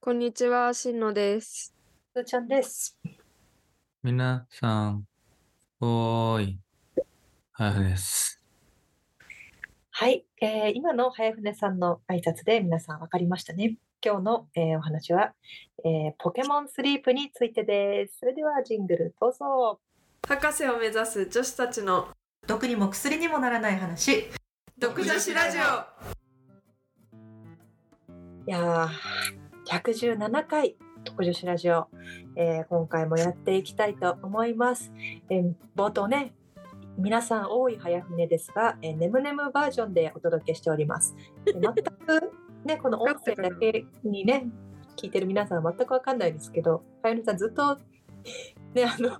こんにちは、しんのです。すーちゃんです。皆さん、おーい。はやふです。はい、えー今の早船さんの挨拶で皆さん分かりましたね。今日の、えーお話は、えーポケモンスリープについてです。それではジングルどうぞ。博士を目指す女子たちの毒にも薬にもならない話独女子ラジオ。いやー、117回特女子ラジオ、えー今回もやっていきたいと思います。えー冒頭ね、皆さん多い早船ですが、えー、ネムネムバージョンでお届けしております。で全く ね、この音声だけにね、聞いてる皆さんは全くわかんないですけど、早船さんずっと、ね、あの、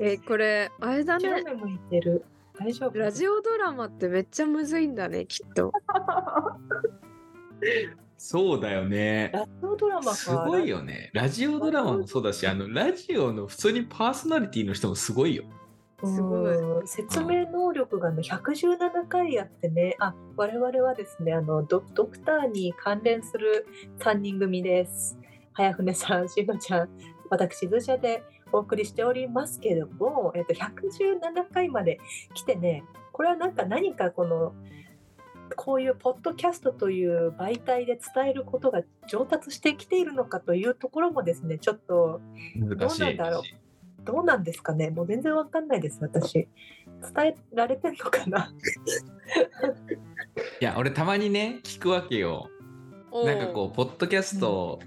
えーこれ、あれだ白ね。目向いてる。大丈夫ラジオドラマってめっちゃむずいんだね、きっと。そうだよね。ラジオドラマか。すごいよね。ラジオドラマもそうだし、あの、ラジオの普通にパーソナリティの人もすごいよ。すごいうん説明能力がね117回やってねあ我々はですねあのドドクターに関連する3人組です早船さんしのちゃん私ズーシャでお送りしておりますけれども、えっと、117回まで来てねこれはなんか何かこのこういうポッドキャストという媒体で伝えることが上達してきているのかというところもですねちょっと難どしい。うなんだろうどうなんですかねもう全然わかんないです私伝えられてんのかないや、俺たまにね、聞くわけよ。なんかこう、ポッドキャスト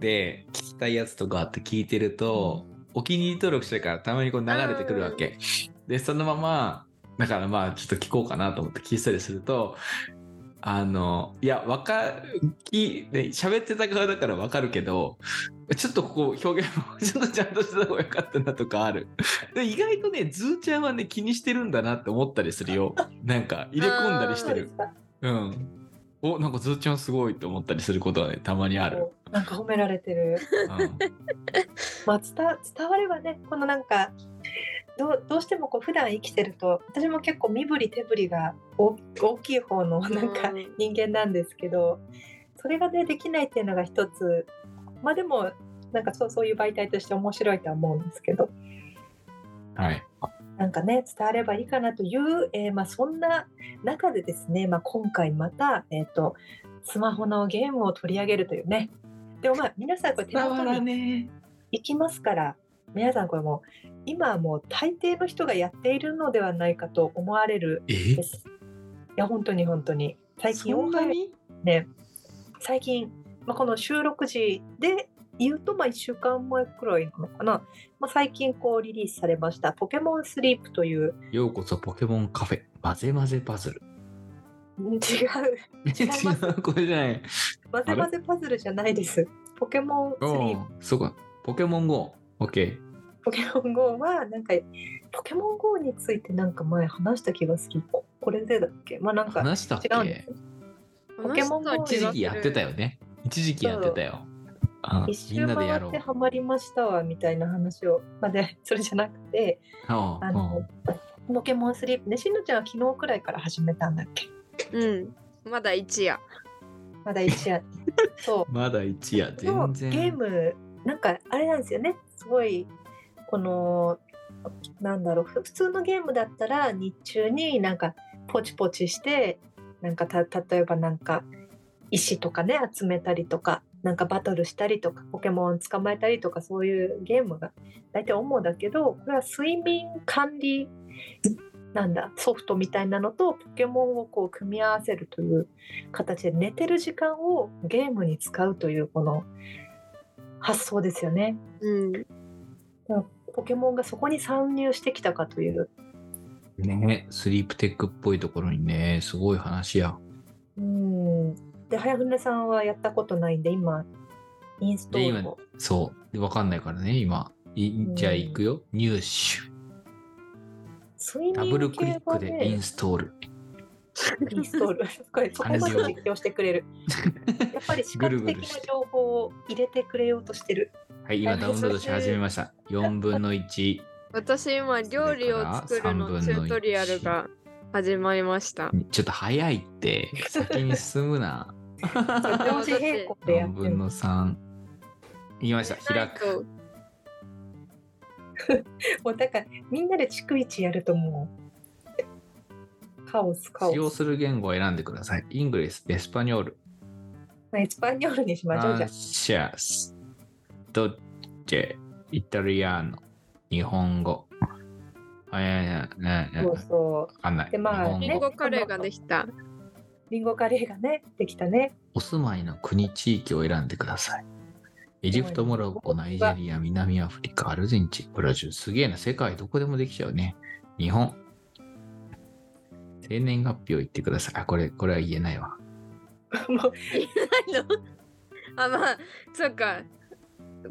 で聞きたいやつとかって聞いてると、お気に入り登録してるからたまにこう流れてくるわけ。で、そのまま、だからまあちょっと聞こうかなと思って聞いたりすると、あの、いや、わか、き、ね、喋ってた側だからわかるけど、ちょっとここ表現もちょっとちゃんとした方がよかったなとかある。で、意外とね、ズーちゃんはね、気にしてるんだなって思ったりするよ。なんか入れ込んだりしてる。うん。お、なんかズーちゃんすごいと思ったりすることはね、たまにある。なんか褒められてるうん、まあ伝伝わればねこのなんかどうどうしてもこう普段生きてると私も結構身振り手振りが大大きい方のなんかうん人間なんですけどそれがねできないっていうのが一つまあでもなんかそうそういう媒体として面白いとは思うんですけどはい。なんかね伝わればいいかなという、えーまあ、そんな中でですね、まあ、今回また、えー、とスマホのゲームを取り上げるというねでもまあ皆さんこれ手伝わ元らにね行きますから皆さんこれもう今はもう大抵の人がやっているのではないかと思われるえですいや本当に本当に最近そんな多いにね最近、まあ、この収録時で言うとまあ1週間前くらいなのかな、まあ、最近こうリリースされました「ポケモンスリープ」というようこそポケモンカフェ、混ぜ混ぜパズル。ん違う。 違いますう、これじゃない。混ぜ混ぜパズルじゃないです。ポケモンスリおーーそうか。ポケモン GO。OK。ポケモン GO は、なんか、ポケモン GO についてなんか前話した気がする。ここれでだっけまあなんか、話したっ違うんけですポケモン GO 一時期やってたよ。よね。一時期やってたよ。あ一みん周なでや回ろっうて。ハマりましたわ、みたいな話を。まあで、 それじゃなくて、ああの、ポケモンスリープね、しんのちゃんは昨日くらいから始めたんだっけうん。まだ一夜。まだ一 夜。そう。まだ一夜、の全ゲ然。ームなんかあれなんですよねすごいこのなんだろうふ普通のゲームだったら日中になんかポチポチしてなんかた例えばなんか石とかね集めたりとかなんかバトルしたりとかポケモン捕まえたりとかそういうゲームが大体主だけどこれは睡眠管理なんだソフトみたいなのとポケモンをこう組み合わせるという形で寝てる時間をゲームに使うというこの発想ですよね。うん。ポケモンがそこに参入してきたかという。ね、スリープテックっぽいところにね、すごい話や。うんで早船さんはやったことないんで今インストで、ール今を、そう。でわかんないからね、今。いじゃあ行くよ。入手。睡ダブ眠ルクリ系ッはクでイねンストール。インストールこれそこまで提供してくれ るやっぱり視ぐ覚るぐ的るなして情報を入れてくれようとしてるはい、今ダウンロードし始めました。4分の1。私今料理を作るのチュートリアルが始まりました。ちょっと早いって、先に進むな。同時並行 でやっ4て分るの3。いきました。開く。く。もうだからみんなで逐一やるともうカオスカ使用オスする言語を選んでください。イングリス、エスパニョール、エスパニョールにしフましょうラじゃンシャス、ドッジェ、イタリアーノ、日本語。あいやいや、ねあねそうわそかんない。でまあ日リ本ン語ゴカレーができた。うリンゴカレーがねできたねお住まいの国、地域を選んでください。エジプト、モロッコ、ナイジェリア、南アフリカ、アルゼンチン、ブラジル。すげえな、世界どこでもできちゃうね。日本。生年月日を言ってください。あ、これ、これは言えないわ。もうあ、まあ、そっか。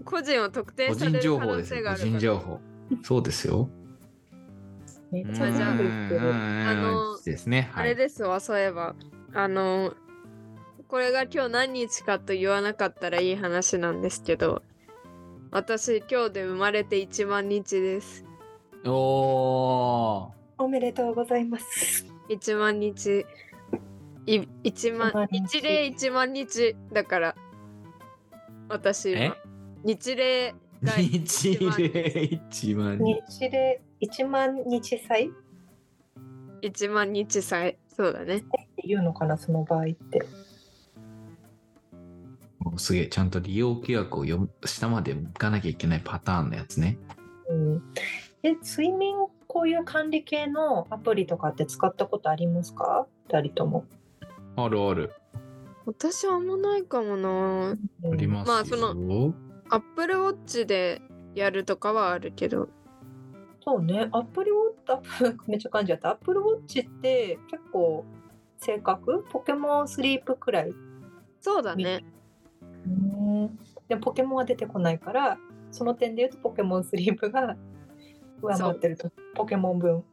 個人を特個定さ人れる情可報能です性よ。が個あるから。人情報。そうですよ。めっうんちゃ全部言ってるあのですね。あはれい。ですわ、そういえば。あの、これが今日何日かと言わなかったらいい話なんですけど、私、今日で生まれて1万日です。おおおめでとうございます1万日。い1万1万、日一例1万日だから、私ー。え今、日例第日1万例一万人。日で1万日祭って1万日祭。そうだね。言うのかなその場合っておすげえ、ちゃんと利用規約を読む下まで向かなきゃいけないパターンのやつね。うんえ睡眠こういう管理系のアプリとかって使ったことありますか二人とも、あるある。私はあんまないかもな。うありますよ。まあそのアップルウォッチでやるとかはあるけど。そうね、アップルウォッチ、 めっちゃ感じゃった。アップルウォッチって結構正確ポケモンスリープくらい。そうだね。でもポケモンは出てこないから、その点で言うとポケモンスリープが上回ってると。ポケモン分。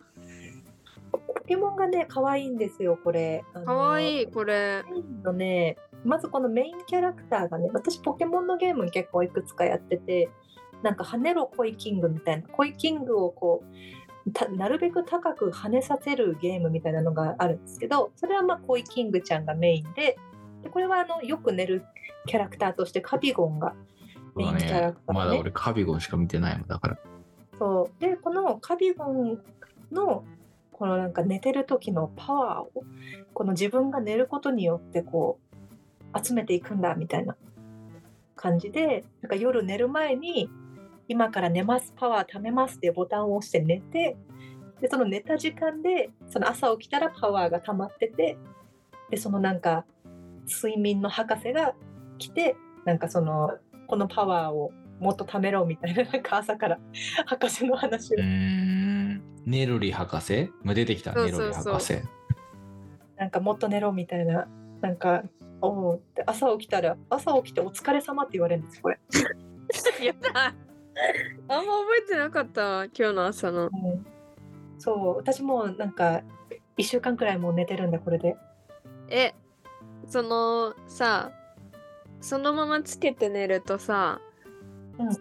ポケモンがね、可愛いんですよ、これ。かわいい。い、これ。メインのね、まずこのメインキャラクターがね、私ポケモンのゲーム結構いくつかやってて、なんか跳ねろ恋キングみたいな、恋キングをこう、たなるべく高く跳ねさせるゲームみたいなのがあるんですけど、それはまあ恋キングちゃんがメインで、でこれはあのよく寝るキャラクターとしてカビゴンがメインキャラクターねまだ俺カビゴンしか見てないもんだから。そうでこのカビゴンのこのなんか寝てる時のパワーをこの自分が寝ることによってこう集めていくんだみたいな感じでなんか夜寝る前に今から寝ますパワー貯めますっていうボタンを押して寝てでその寝た時間でその朝起きたらパワーが溜まっててでそのなんか睡眠の博士が来てなんかそのこのパワーをもっと貯めろみたいななんか朝から博士の話をうーん。ネロリ博士もう出てきたそうネそうそうロリ博士。なんかもっと寝ろみたいななんか思うって朝起きたら朝起きてお疲れ様って言われるんですこれ、 やった。あんま覚えてなかったわ今日の朝の。うんそう私もうなんか1週間くらいもう寝てるんでこれでえ、そのさ、そのままつけて寝るとさ、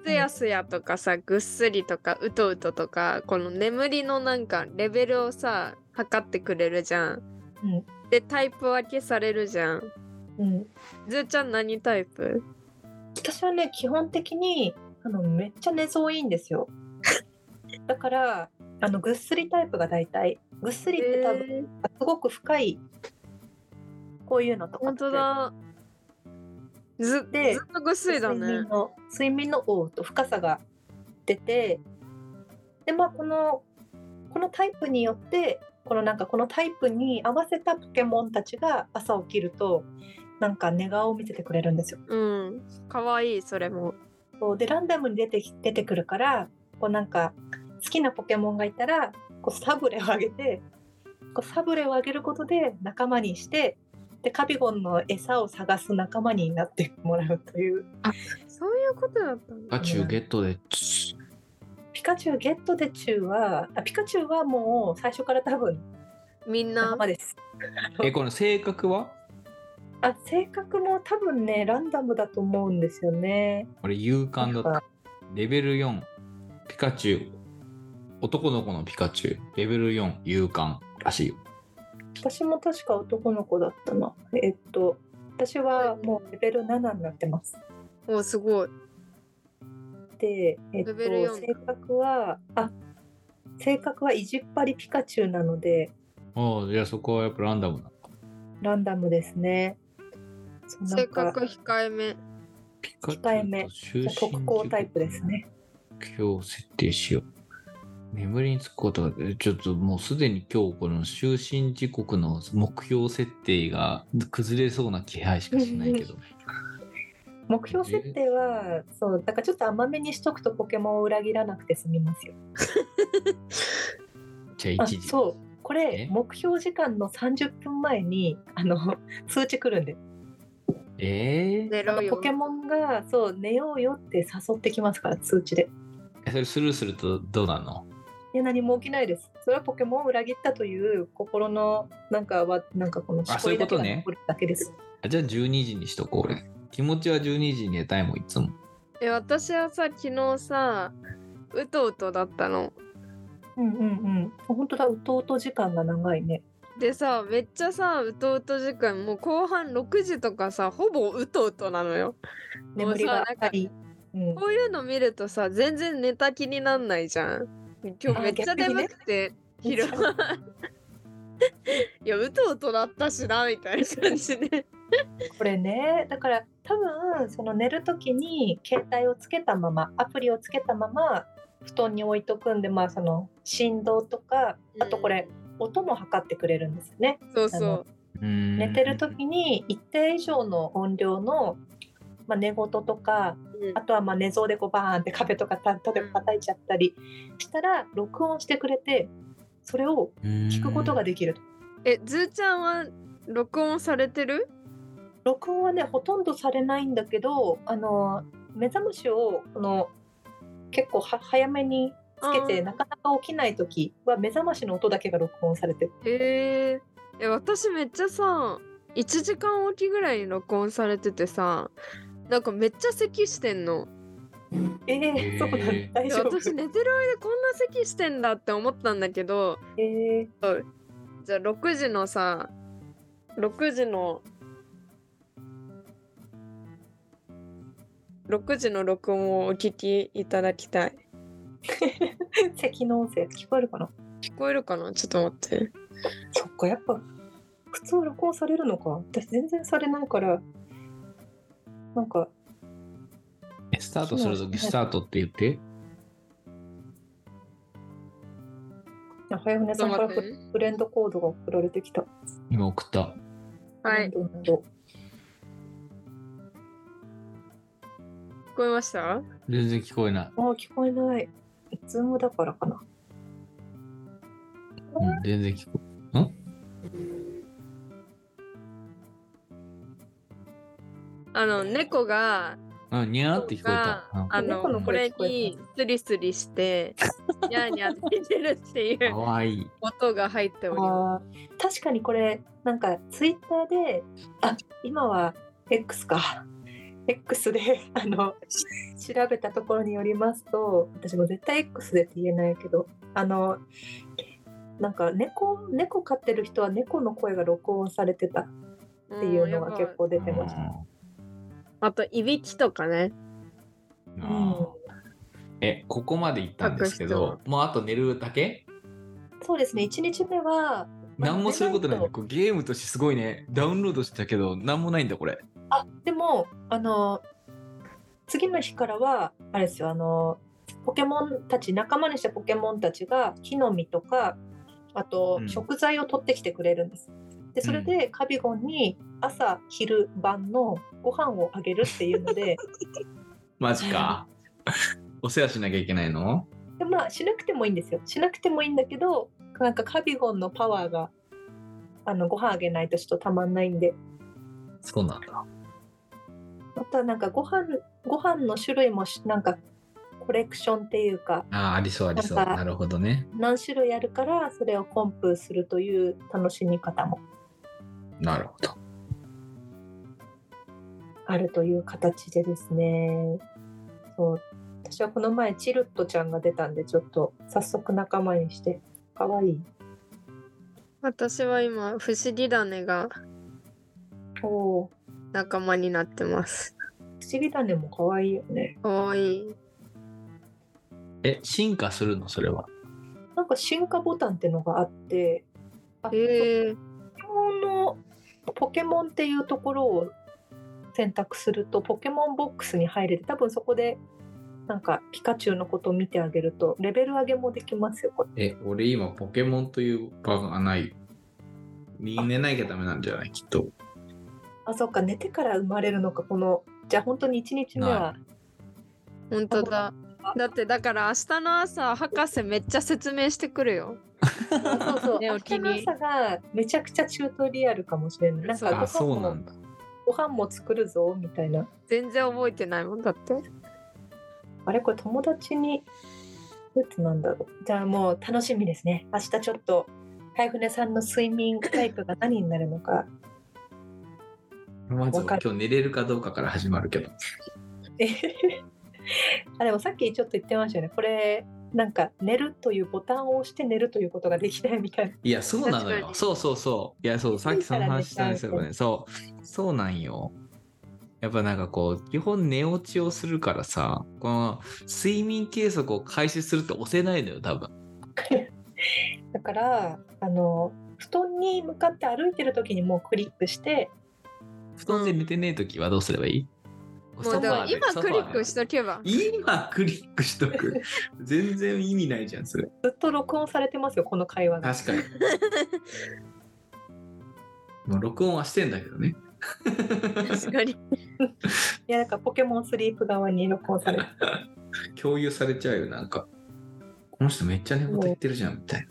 すやすやとかさ、ぐっすりとか、うとうととか、この眠りのなんかレベルをさ、測ってくれるじゃん。うんで、タイプ分けされるじゃん。うんうんずーちゃん何タイプ私はね基本的にあのめっちゃ寝相いいんです よだからあのぐっすりタイプが大体ぐっすりって多分えーすごく深いこういうのとか本当だ。ずでずっとぐっすりだ睡ね眠。の睡眠の王と深さが出てでまあこのこのタイプによってこのなんかこのタイプに合わせたポケモンたちが朝起きるとなんか寝顔を見せてくれるんですよ。うん。かわいい、それも。そうでランダムに出てき出てくるからこうなんか好きなポケモンがいたらこうサブレをあげてこうサブレをあげることで仲間にしてでカビゴンの餌を探す仲間になってもらうというそういうことだったんピカだ。チュウゲットで。チュッピカチュウゲットでチュウはあピカチュウはもう最初から多分みん仲な間です。え、この性格はあ性格も多分ねランダムだと思うんですよね。俺勇敢だった。レベル4、ピカチュウ。男の子のピカチュウ。レベル4、勇敢らしいよ。私も確か男の子だったな。えっと私はもうレベル7になってます。おすごい。で、えっと、レベル四性格はあ性格は意地っ張りピカチュウなのでおうじゃあそこはやっぱランダムな。ランダムですね。そうなんか性格控えめ。ピカチ控えュウめと終身特攻タイプですね。今日設定しよう。眠りにつくことが、えちょっともうすでに今日この就寝時刻の目標設定が崩れそうな気配しかしない けど。目標設定はそうだからちょっと甘めにしとくとポケモンを裏切らなくて済みますよ。じゃああ1時。そうこえれ目標時間の30分前にあの 通知来るんでえー寝ろよ。ポケモンがそう寝ようよって誘ってきますから通知で。えそれスルーするとどうなので何も起きないです。それはポケモンを裏切ったという心のなんかはなんかこのあそういうことねこれだけです。あじゃあ12時にしとこう俺。気持ちは12時に寝たいもんいつも。え私はさ昨日さうとうとだったの。うんうんうん。本当だうとうと時間が長いね。でさめっちゃさうとうと時間もう後半6時とかさほぼうとうとなのよ。眠りもうさがなんかあり。うんこういうの見るとさ全然寝た気になんないじゃん。今日めっちゃ眠くて、逆にね昼間。 いやうとうとだったしなみたいな感じで。これねだから多分その寝る時に携帯をつけたままアプリをつけたまま布団に置いとくんでまあその振動とかあとこれ、音も測ってくれるんですよね。そうそう。寝寝てる時に一定以上の音量の、まあ、寝言とかうんあとはまあ寝相でこうバーンって壁とかた例えば叩いちゃったりしたら録音してくれてそれを聞聞くことができると。えずーちゃんは録音されてる？録音はねほとんどされないんだけどあの目覚ましをこの結構は早めにつけてあーなかなか起きない時は目覚ましの音だけが録音されてるへーえ私めっちゃさ1時間おきぐらいに録音されててさなんかめっちゃ咳してんのえー、へーそうなんだ大で丈夫私寝てる間こんな咳してんだって思ったんだけどえーじゃあ6時のさ6時の6時の録音をお聞きいただきたい咳の音声聞こえるかな聞こえるかなちょっと待ってそっかやっぱ普通録音されるのか私全然されないからなんかスタートするときスタートって言って。あ早船ちさょっんとから待ってフねレンドコードが送られてきた今送った。はい聞フレンドのこえました全然聞こえない。あー聞こえないズームだからかなうん、全然聞こあの猫がえない。あ、にゃーって聞こえがた。うんあの猫のこれ声にスリスリ してニャーニャーって言ってるっていかうわいい。音が入っておりまあー確かにこれなんかツイッターであ今は X か X であの調べたところによりますと私も絶対 X でって言えないけどあのなんか猫猫飼ってる人は猫の声が録音されてたっす。ていうのが結構出てました。あといびきとかね。うんうんえ、ここまで行ったんですけど、もうあと寝るだけそうですね1日目は何もすることないん寝だ。いこれゲームとしてすごいね。ダウンロードしたけど、何もないんだ、これ。あでもあの次の日からはあれですよあのポケモンたち仲間にしたポケモンたちが木の実とかあとうん食材を取ってきてくれるんです。でそれでカビゴンに朝昼晩のご飯をあげるっていうので マジ か。お世話しなきゃいけないのでまあしなくてもいいんですよしなくてもいいんだけどなんかカビゴンのパワーがあのご飯あげないとちょっとたまんないんでそうなんだ。あとはなんかご飯ご飯の種類もしなんかコレクションっていうかあーありそう、ありそう。なんかなるほどね。何種類あるからそれをコンプするという楽しみ方もなるほど。あるという形でですねそう私はこの前チルットちゃんが出たんでちょっと早速仲間にしてかわいい私は今不思議種がおー仲間になってます。不思議種も可愛いよね。かわいい。え、進化するのそれは。なんか進化ボタンってのがあって、あ、えー、ポケモンのポケモンっていうところを選択するとポケモンボックスに入れて多分そこでなんかピカチュウのことを見てあげるとレベル上げもできますよこれえ、俺今ポケモンという場がない。逃げなきゃダメなんじゃないきっと。あそっか寝てから生まれるのかこのじゃあ本当に1日目は本当だ。だってだから明日の朝博士めっちゃ説明してくるよ。あそ うそう寝明起き日にの朝がめちゃくちゃチュートリアルかもしれないなんかごあ、飯そうなもんだ。ご飯も作るぞみたいな全然覚えてないもんだって。あれこれ友達にどうやってなんだろうじゃあもう楽しみですね明日ちょっと早船さんの睡眠タイプが何になるのかまずわかる今日寝れるかどうかから始まるけど。えへへあでもさっきちょっと言ってましたよねこれなんか寝るというボタンを押して寝るということができないみたいないや、そうなの確かよ。にそうそうそう。いや、そう、さっきその話したんですよ寝ね。そう、そうなんよ。やっぱなんかこう、基本寝落ちをするからさ、この睡眠計測を開始するって押せないのよ、多分。だからあの布団に向かって歩いてる時にもうクリックして布団で寝てねえ時はどうすればいいもうでも今クリックしととけば。今クリックし とく。全然意味ないじゃん、それ。ずっと録音されてますよこの会話が確か に。もう録音はしてんだけどね。 確かに。いやだからポケモンスリープ側に録音されて共有されちゃうよ、なんか。この人めっちゃ寝言言ってるじゃん、みたいな。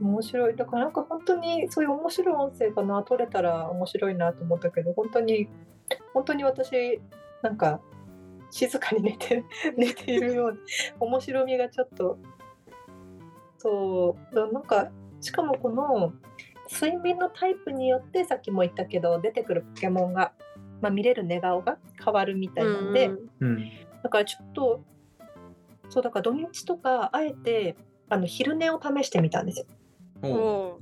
面白いだからなんか本当にそういう面白い音声かな取れたら面白いなと思ったけど本当に本当に私なんか静かに寝て 寝ているように面白みがちょっとそうだなんかしかもこの睡眠のタイプによってさっきも言ったけど出てくるポケモンが、まあ、見れる寝顔が変わるみたいなんで、うんうん。だからちょっとそうだから土日とかあえてあの昼寝を試してみたんですようんおうおう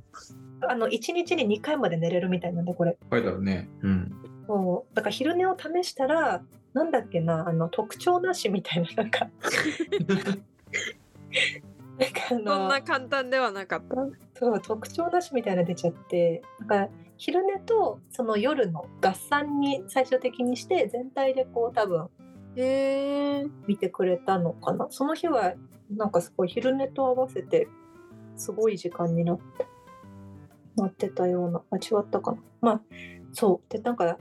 あの1日に2回まで寝れるみたいなんでこれ書いてあるね。うん。そうだから昼寝を試したらなんだっけなあの特徴なしみたいななんかなんかあそんのな簡単ではなかった。そう特徴なしみたいなの出ちゃってだから昼寝とその夜の合算に最終的にして全体でこう多分へえ。見てくれたのかなその日はなんかすごい昼寝と合わせてすごい時間になってなってたようなあ違ったかなまあそうでなんか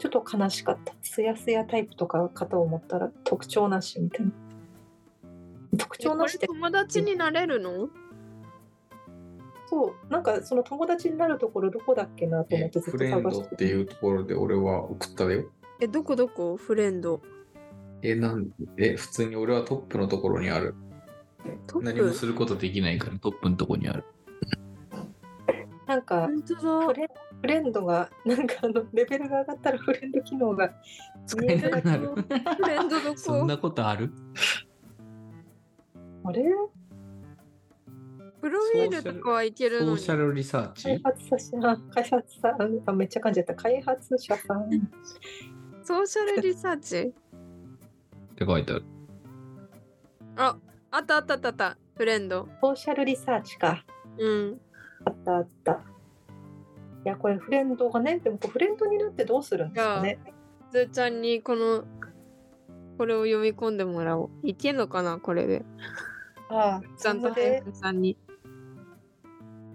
ちょっと悲しかったすやすやタイプとかかと思ったら特徴なしみたいな特徴こなれしって友達になれるの？そうなんかその友達になるところどこだっけなと思ってずっフとレン探ドしってていうところで俺は送ったよ。えどこどこフレンド？え、なんえ、普通に俺はトップのところにある。トッ何もすプ。ることできないからトップのところにある。なんか本当だ。フレンフレンドがなんかあのレベルが上がったらフレンド機能が使えなくなる。フレンドど そんこ？なことあるあれプロフィールとかはいけソるのーにシ。ャルリサー開チ発者さん、開発さん、あめっちゃ感じだった。開発者さん。ソーシャルリサーチ。って書いてある。あったあったあったあった。フレンド。ソーシャルリサーチか。うん。あったあった。いや、これフレンドがね、でもこうフレンドになってどうするんですかね。ずーちゃんにこのこれを読み込んでもらおう。いけんのかなこれで。ああ、ちゃんとそれ早でくさんに。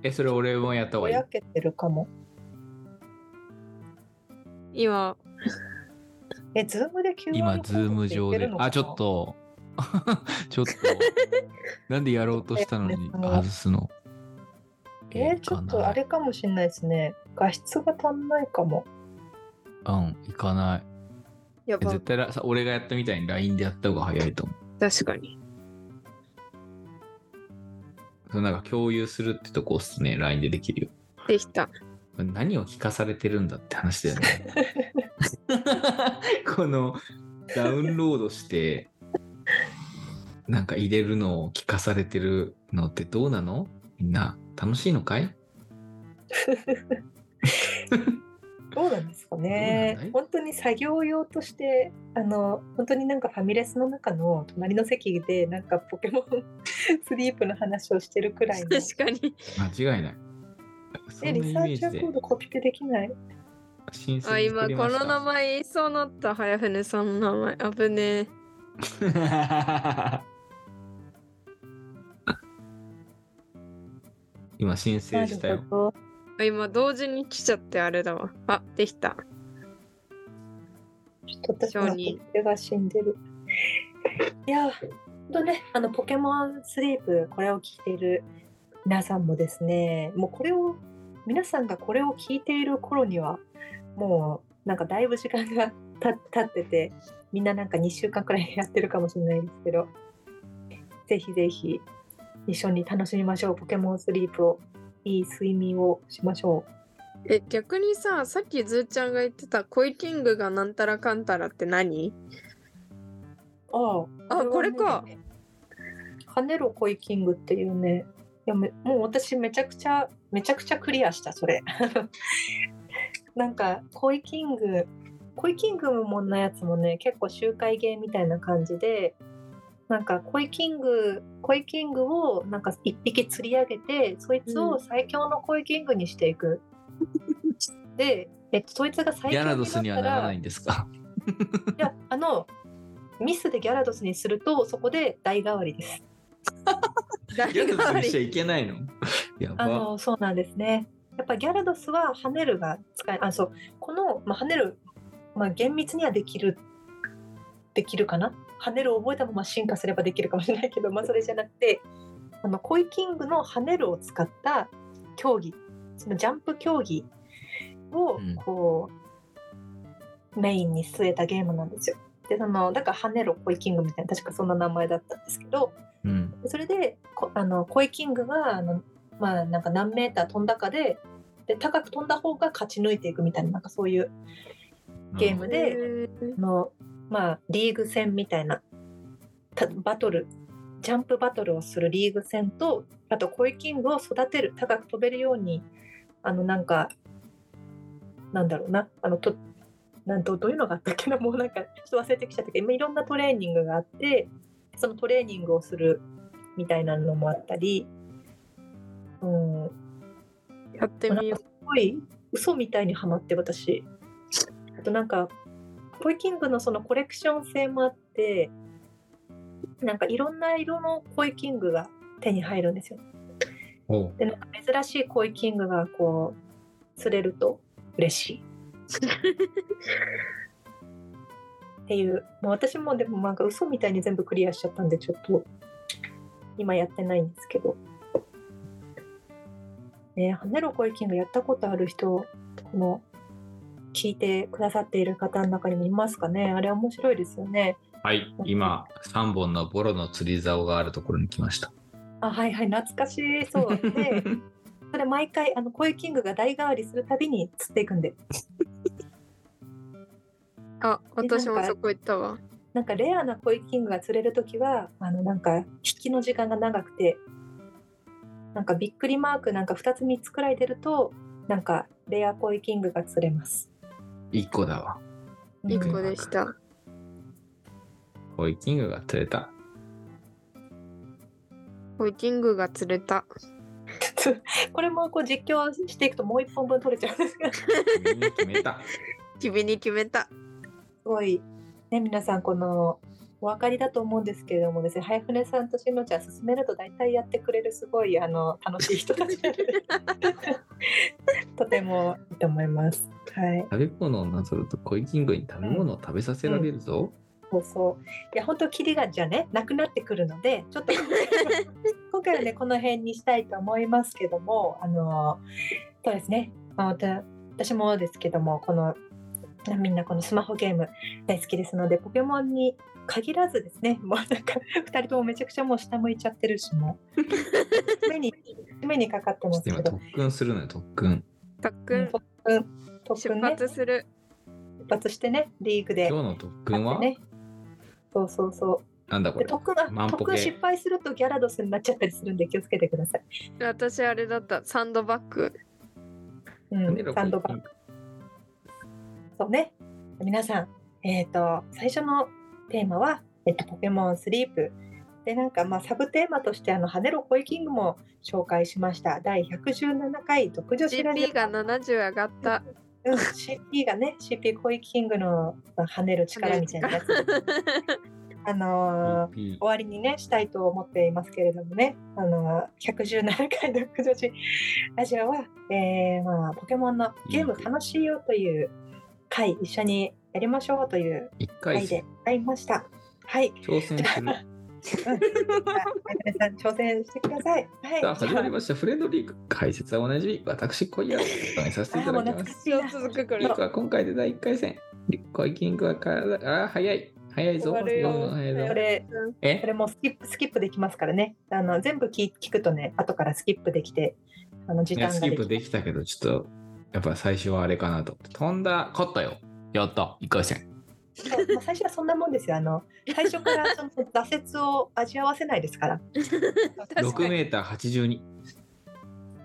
え、それ俺もやった方ぼがいいや。けてるかも。今え、ズームで急に今、ズーム上で。あ、ちょっ。と。 ちょっと。なんでやろうとしたのに外すのえー、ちょっとあれかもしれないですね。画質が足んないかも。うん、行かない。やば絶対らさ俺がやったみたいに LINE でやった方が早いと思確かに。う。そのなんか共有するってとこっすね、LINE でできるよ。できた。何を聞かされてるんだって話だよね。このダウンロードしてなんか入れるのを聞かされてるのってどうなのみんな楽しいのかいどうなんですかどうなんだねい。本当に作業用として、あの、本当になんかファミレスの中の隣の席で、なんかポケモン スリープの話をしてるくらいの。確かに。間違いない。そんなえ、イメリサーチャージーでコードコピペできない。新あ、鮮に今作りこましたの名前言いそうになった早船さんの名前。危ねえ。 今申請したよ。ほど。あ今同時に来ちゃってあれだわ。あ、できた。ちょっと私承の認手が死んでる。いや、本当ね、あの、ポケモンスリープ、これを聞いている皆さんもですね、もうこれを、皆さんがこれを聞いている頃には、もう、なんかだいぶ時間がた経ってて、みんななんか2週間くらいやってるかもしれないですけど、ぜひぜひ、一緒に楽しみましょう、ポケモンスリープを。いい睡眠をしましょえ、逆にさ、さっきズーちゃんが言ってたコイキングがなんたらかんたらって何う。ああこれか。ハネロコイキングっていうね、いやめもう私めちゃくちゃめちゃくちゃクリアしたそれ。 なんかコイキング、コイキングもんのやつもね、結構周回ゲーみたいな感じで、なんかコイキング、コイキングをなんか一匹釣り上げて、そいつを最強のコイキングにしていく。で、えっとそいつが最ギャ強ラドスにになはったならならい、んですかいやあのミスでギャラドスにするとそこで代替わりです。代ギャラドスにしちゃ替いけないのやあば。のそうなんですね。やっぱギャラドスは跳ねるが使えあそうこの、まあ、跳ねる、まあ、厳密にはできるできるかな跳ねるを覚えたまま進化すればできるかもしれないけど、まあ、それじゃなくてあのコイキングの跳ねるを使った競技そのジャンプ競技をうんこう、メインに据えたゲームなんですよ。でそのだから跳ねるコイキングみたいな確かそんな名前だったんですけどうん。でそれでこあのコイキングがあの、まあ、なんか何メーター飛んだかでで高く飛んだ方が勝ち抜いていくみたいななんかそういうゲームであの、まあ、リーグ戦みたいなたバトルジャンプバトルをするリーグ戦とあとコイキングを育てる高く飛べるようにあのなんかなんだろうなあのとなんとどういうのがあったっけなもうなんかちょっと忘れてきちゃったけど今いろんなトレーニングがあってそのトレーニングをするみたいなのもあったり、うん、やってみよすごい嘘みたいにはまって私あとなんかコイキングのそのコレクション性もあってなんかいろんな色のコイキングが手に入るんですよおうでなんか珍しいコイキングがこう釣れると嬉しいっていうもう私もでもなんか嘘みたいに全部クリアしちゃったんでちょっと今やってないんですけどねえ「ハネロコイキング」やったことある人この聞いてくださっている方の中にもいますかねあれ面白いですよねはい、今、3本のボロの釣り竿があるところに来ました。あはいはい懐かしいそうでそれ毎回あのコイキングが代替わりするたびに釣っていくんでう。あ、私もそこ行ったわ。なんかレアなコイキングが釣れるときはあのなんか引きの時間が長くてなんかびっくりマークなんか2つ3つくらい出るとなんかレアコイキングが釣れます。 1個だわ。うん一個でした。コイキングが釣れた。コイキングが釣れた。これもこう実況していくともう1本分取れちゃうんですけど す君に決め た。君に決めた。ごい、ね、皆さんこのお分かりだと思うんですけれどもですね早船さんとしのちゃん進めると大体やってくれるすごいあの楽しい人たちなのでとてもいいと思います。はい食べ物をなぞるとコイキングに食べ物を食べさせられるぞ。そうそう。いや、本当キリがじゃね、なくなってくるので、ちょっと 今回はね、この辺にしたいと思いますけども、あの、そうですね、まあ、わた私もですけども、この、みんなこのスマホゲーム大好きですので、ポケモンに限らずですね、もうなんか、2人ともめちゃくちゃもう下向いちゃってるし、も う、目に、目にかかってちまょすっけどと今特、訓するのよ特訓。たっくん、特訓、特出訓ね、発する。出発してね、リーグで、今日の特訓は、ね、そうそうそう。なんだこでれ。特訓万が歩計特訓失敗するとギャラドスになっちゃったりするんで気をつけてください。私あれだった。サンドバッグ。うん、サンドバッグ。そうね皆さん、えー、と最初のテーマは、えっとポケモンスリープ」でなんかまあサブテーマとしてあの「跳ねろ恋キング」も紹介しました第117回独女子ラジ GP が70上がった。オ、うん、CP がね CP 恋キングのまあ跳ねる力みたいなやつあのーう終んわりにねしたいと思っていますけれどもねあの117回の「女子 ラジオは」えーまあ、ポケモンのゲーム楽しいよという回一緒にやりましょうという一回回で会いました。はい、挑戦する。皆さん挑戦してください。 はい、さあ始まりました。フレンドリーク解説はおなじみ私今夜お伝えさせていあたもだう懐きまかす。しい今な日。続くこリれック。は今回で第一回戦。リックはキングはからあー早い早いぞ。終わるよどんどん早いぞ これこえれもスキップスキップできますからね。あの全部聞聞くとね後からスキップできてあの時い間やがスキップできたけどちょっとやっぱ最初はあれかなと。飛んだ勝ったよ。やった一回戦。そうまあ最初はそんなもんですよ。あの最初からその挫折を味わわせないですから。かに 六メーター八十二。い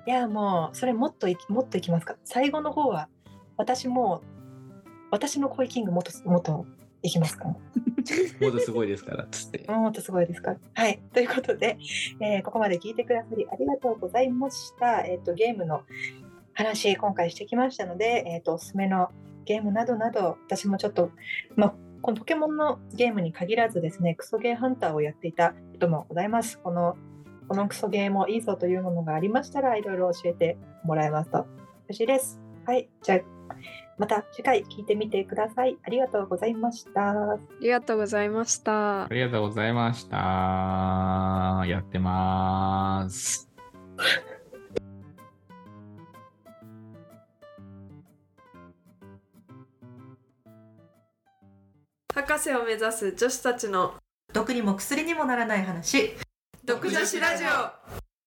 やもうそれもっといもっといきますか。最後の方は私もう私の恋キングもっともっといきますから。もっとすごいですから つって。もっとすごいですから。はいということで、えーここまで聞いてくださりありがとうございました。えっ、とゲームの話今回してきましたので、えっ、とおすすめのゲームなどなど私もちょっとまあこのポケモンのゲームに限らずですねクソゲーハンターをやっていたこともございます。このこのクソゲーもいいぞというものがありましたらいろいろ教えてもらえますと嬉しいです。はいじゃあまた次回聞いてみてください。ありがとうございました。ありがとうございましたあ。りがとうございました。やってます。博士を目指す女子たちの毒にも薬にもならない話独女子ラジオ